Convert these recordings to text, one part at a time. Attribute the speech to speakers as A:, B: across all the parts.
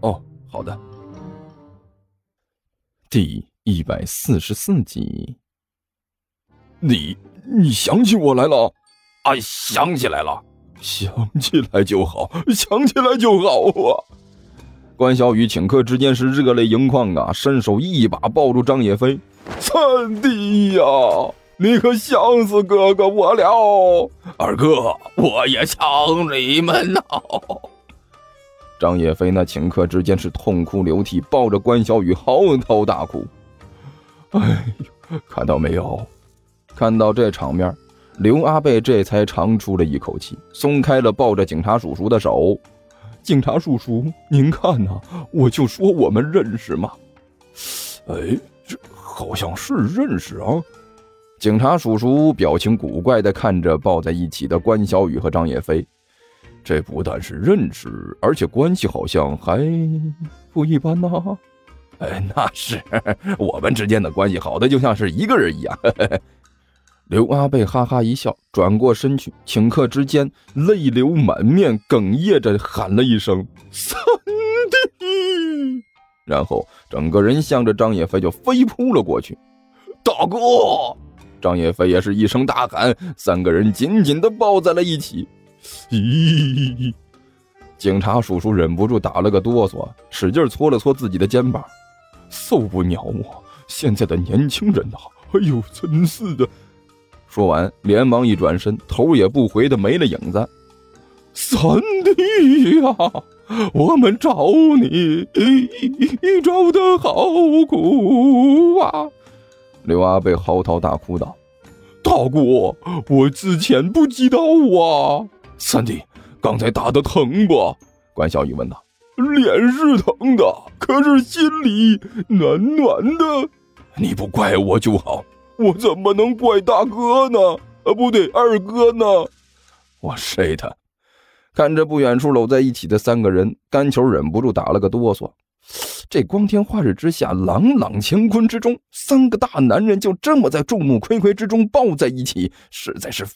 A: 哦，好的。
B: 第一百四十四集，
C: 你你想起我来了？
D: 啊，想起来了，
C: 想起来就好，想起来就好啊！
B: 关小雨顷刻之间是热泪盈眶啊，伸手一把抱住张野飞：“
C: 三弟呀、啊，你可想死哥哥我了！
D: 二哥，我也想你们呐、啊！”
B: 张野飞那顷刻之间是痛哭流涕，抱着关小雨嚎啕大哭。
C: 哎呦，看到没有？
B: 看到这场面，刘阿贝这才长出了一口气，松开了抱着警察叔叔的手。
C: 警察叔叔，您看呐、啊，我就说我们认识嘛。
D: 哎，这好像是认识啊。
B: 警察叔叔表情古怪的看着抱在一起的关小雨和张野飞。
C: 这不但是认识，而且关系好像还不一般呐、啊。
D: 哎，那是我们之间的关系好的就像是一个人一样。呵呵
B: 刘阿贝哈哈一笑，转过身去，顷刻之间泪流满面，哽咽着喊了一声“
C: 三弟”，
B: 然后整个人向着张野飞就飞扑了过去。
D: 大哥，
B: 张野飞也是一声大喊，三个人紧紧的抱在了一起。咦！ 警察叔叔忍不住打了个哆嗦，使劲搓了搓自己的肩膀，
C: 受不了啊！现在的年轻人呐、啊，哎呦，真是的！
B: 说完，连忙一转身，头也不回的没了影子。
C: 三弟呀、啊，我们找你
B: 啊
C: 找的好苦啊！
B: 刘阿贝嚎啕大哭道：“
C: 大哥，我之前不知道啊。”
D: 三弟，刚才打的疼不？
B: 关小雨问道。
C: 脸是疼的，可是心里暖暖的。
D: 你不怪我就好，
C: 我怎么能怪大哥呢？
B: 呃
C: 啊，不对，二哥呢？
D: 我睡他。
B: 看着不远处搂在一起的三个人，甘球忍不住打了个哆嗦。这光天化日之下，朗朗乾坤之中，三个大男人就这么在众目睽睽之中抱在一起，实在是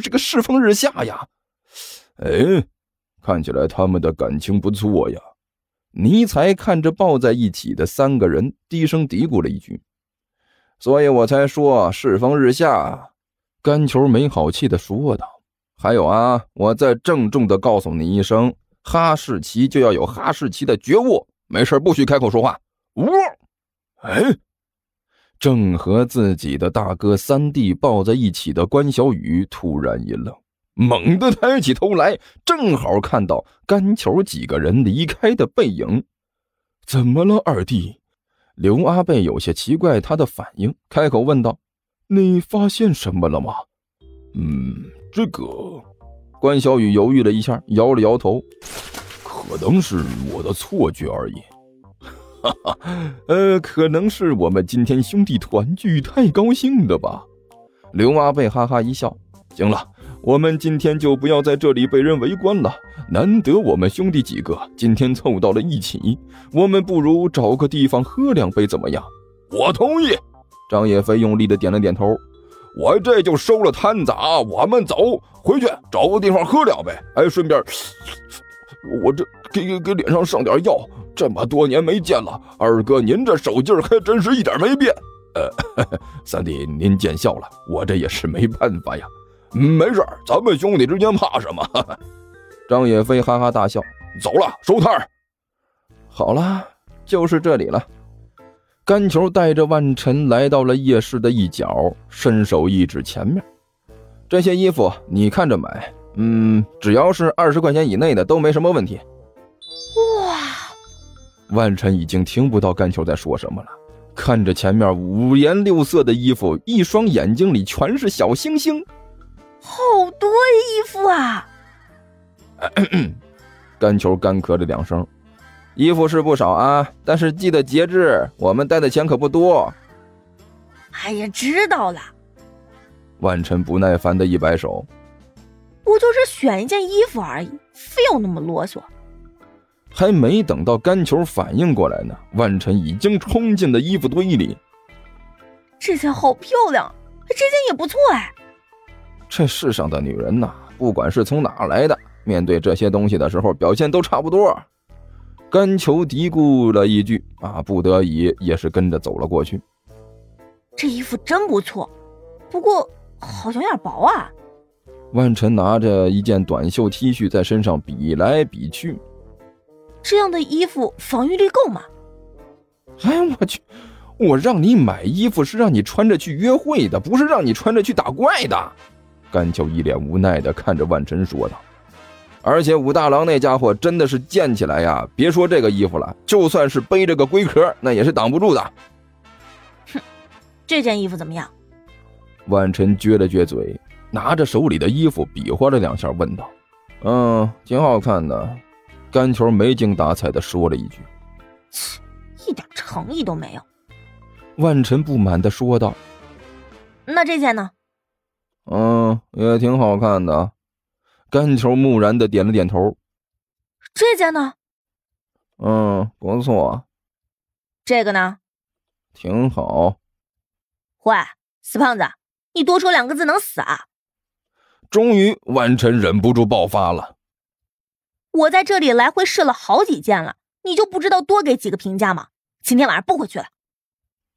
B: 这个世风日下呀！
C: 哎，看起来他们的感情不错呀。
B: 尼才看着抱在一起的三个人，低声嘀咕了一句：“所以我才说世风日下。”甘球没好气的说道：“还有啊，我再郑重的告诉你一声，哈士奇就要有哈士奇的觉悟，没事不许开口说话。”呜，
D: 哎，
B: 正和自己的大哥三弟抱在一起的关小雨突然一愣。猛地抬起头来，正好看到甘球几个人离开的背影。
C: 怎么了，二弟？
B: 刘阿贝有些奇怪他的反应，开口问道：“
C: 你发现什么了吗？”
D: 嗯，这个……
B: 关小雨犹豫了一下，摇了摇头：“
D: 可能是我的错觉而已。”
C: 哈哈，呃，可能是我们今天兄弟团聚太高兴了吧？
B: 刘阿贝哈哈一笑：“行了。”我们今天就不要在这里被人围观了。难得我们兄弟几个今天凑到了一起，我们不如找个地方喝两杯，怎么样？
D: 我同意。
B: 张野飞用力的点了点头。
D: 我这就收了摊子啊，我们走回去找个地方喝两杯。哎，顺便，我这给给给脸上上点药。这么多年没见了，二哥您这手劲儿还真是一点没变。
C: 呃，呵 呵三弟您见笑了，我这也是没办法呀。
D: 没事咱们兄弟之间怕什么？呵呵
B: 张野飞哈哈大笑，
D: 走了，收摊儿。
B: 好了，就是这里了。甘球带着万晨来到了夜市的一角，伸手一指前面：“这些衣服你看着买，嗯，只要是二十块钱以内的都没什么问题。”
E: 哇！
B: 万晨已经听不到甘球在说什么了，看着前面五颜六色的衣服，一双眼睛里全是小星星。
E: 好多衣服啊！
B: 干球干咳了两声，衣服是不少啊，但是记得节制，我们带的钱可不多。
E: 哎呀，知道了，
B: 万晨不耐烦的一摆手，
E: 不就是选一件衣服而已，非要那么啰嗦？
B: 还没等到干球反应过来呢，万晨已经冲进了衣服堆里。
E: 这件好漂亮，这件也不错哎。
B: 这世上的女人呐、不管是从哪儿来的，面对这些东西的时候，表现都差不多。甘球嘀咕了一句，啊，不得已也是跟着走了过去。
E: 这衣服真不错，不过好像有点薄啊。
B: 万晨拿着一件短袖 T 恤在身上比来比去，
E: 这样的衣服防御力够吗？
B: 哎，我去！我让你买衣服是让你穿着去约会的，不是让你穿着去打怪的。甘球一脸无奈的看着万晨说道：“而且武大郎那家伙真的是贱起来呀！别说这个衣服了，就算是背着个龟壳，那也是挡不住的。
E: 这件衣服怎么样？”
B: 万晨撅了撅嘴，拿着手里的衣服比划了两下，问道：“嗯，挺好看的。”甘球没精打采的说了一句。
E: 一点诚意都没有。
B: 万晨不满的说道
E: 那这件呢？：“
B: 嗯，也挺好看的。”甘球木然的点了点头。
E: 这件呢？
B: 嗯，不错，
E: 这个呢？
B: 挺好。
E: 喂，死胖子，你多说两个字能死啊！
B: 终于，万晨忍不住爆发了。
E: 我在这里来回试了好几件了，你就不知道多给几个评价吗？今天晚上不回去了。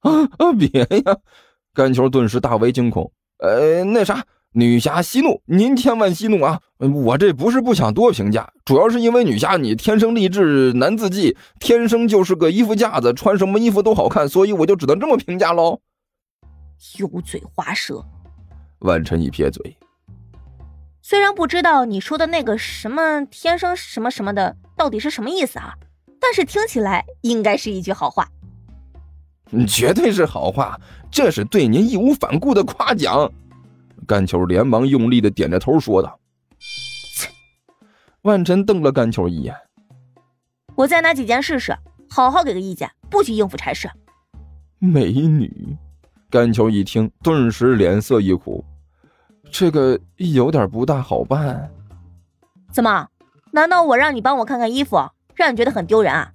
B: 啊啊！别呀！甘球顿时大为惊恐。呃，那啥，女侠息怒，您千万息怒啊！我这不是不想多评价，主要是因为女侠你天生丽质难自弃，天生就是个衣服架子，穿什么衣服都好看，所以我就只能这么评价喽。
E: 油嘴滑舌，
B: 万晨一撇嘴，
E: 虽然不知道你说的那个什么天生什么什么的到底是什么意思啊，但是听起来应该是一句好话。
B: 嗯绝对是好话，这是对您义无反顾的夸奖。甘球连忙用力的点着头说道：“万晨瞪了甘球一眼，
E: 我再拿几件试试，好好给个意见，不许应付差事。
B: 美女。”甘球一听，顿时脸色一苦，这个有点不大好办。
E: 怎么？难道我让你帮我看看衣服，让你觉得很丢人啊？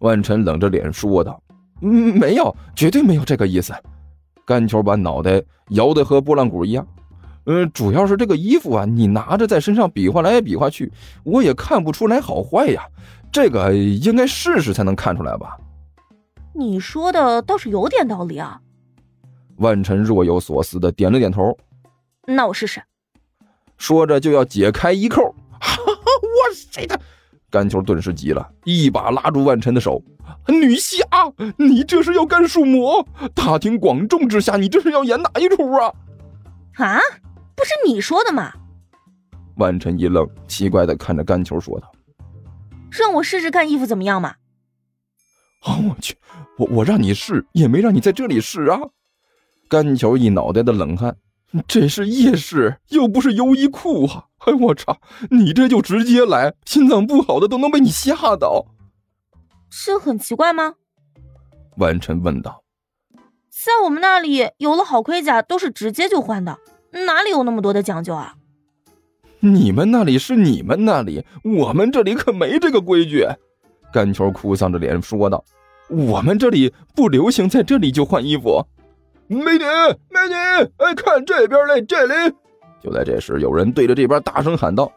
B: 万晨冷着脸说道：“嗯，没有，绝对没有这个意思。”甘球把脑袋摇得和拨浪鼓一样。嗯，主要是这个衣服啊，你拿着在身上比划来比划去，我也看不出来好坏呀。这个应该试试才能看出来吧？
E: 你说的倒是有点道理啊。
B: 万晨若有所思的点了点头，
E: 那我试试。
B: 说着就要解开 衣扣。哈哈，我谁的？甘球顿时急了，一把拉住万晨的手：“
D: 女侠，你这是要干树魔？大庭广众之下，你这是要演哪一出啊？
E: 啊，不是你说的吗？
B: 万晨一愣，奇怪的看着甘球说道。
E: 让我试试看衣服怎么样嘛？
D: 啊、我去，我我让你试，也没让你在这里试啊！
B: 甘球一脑袋的冷汗，
D: 这是夜市，又不是优衣库啊！哎，我操，你这就直接来，心脏不好的都能被你吓到。
E: 是很奇怪吗？
B: 万晨问道。
E: 在我们那里，有了好盔甲都是直接就换的，哪里有那么多的讲究啊？
B: 你们那里是你们那里，我们这里可没这个规矩。甘球哭丧着脸说道：“我们这里不流行在这里就换衣服。
D: 美女，美女，哎，看这边嘞，这里。”
B: 就在这时，有人对着这边大声喊道：“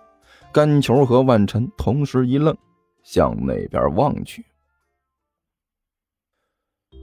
B: 甘球和万晨同时一愣，向那边望去。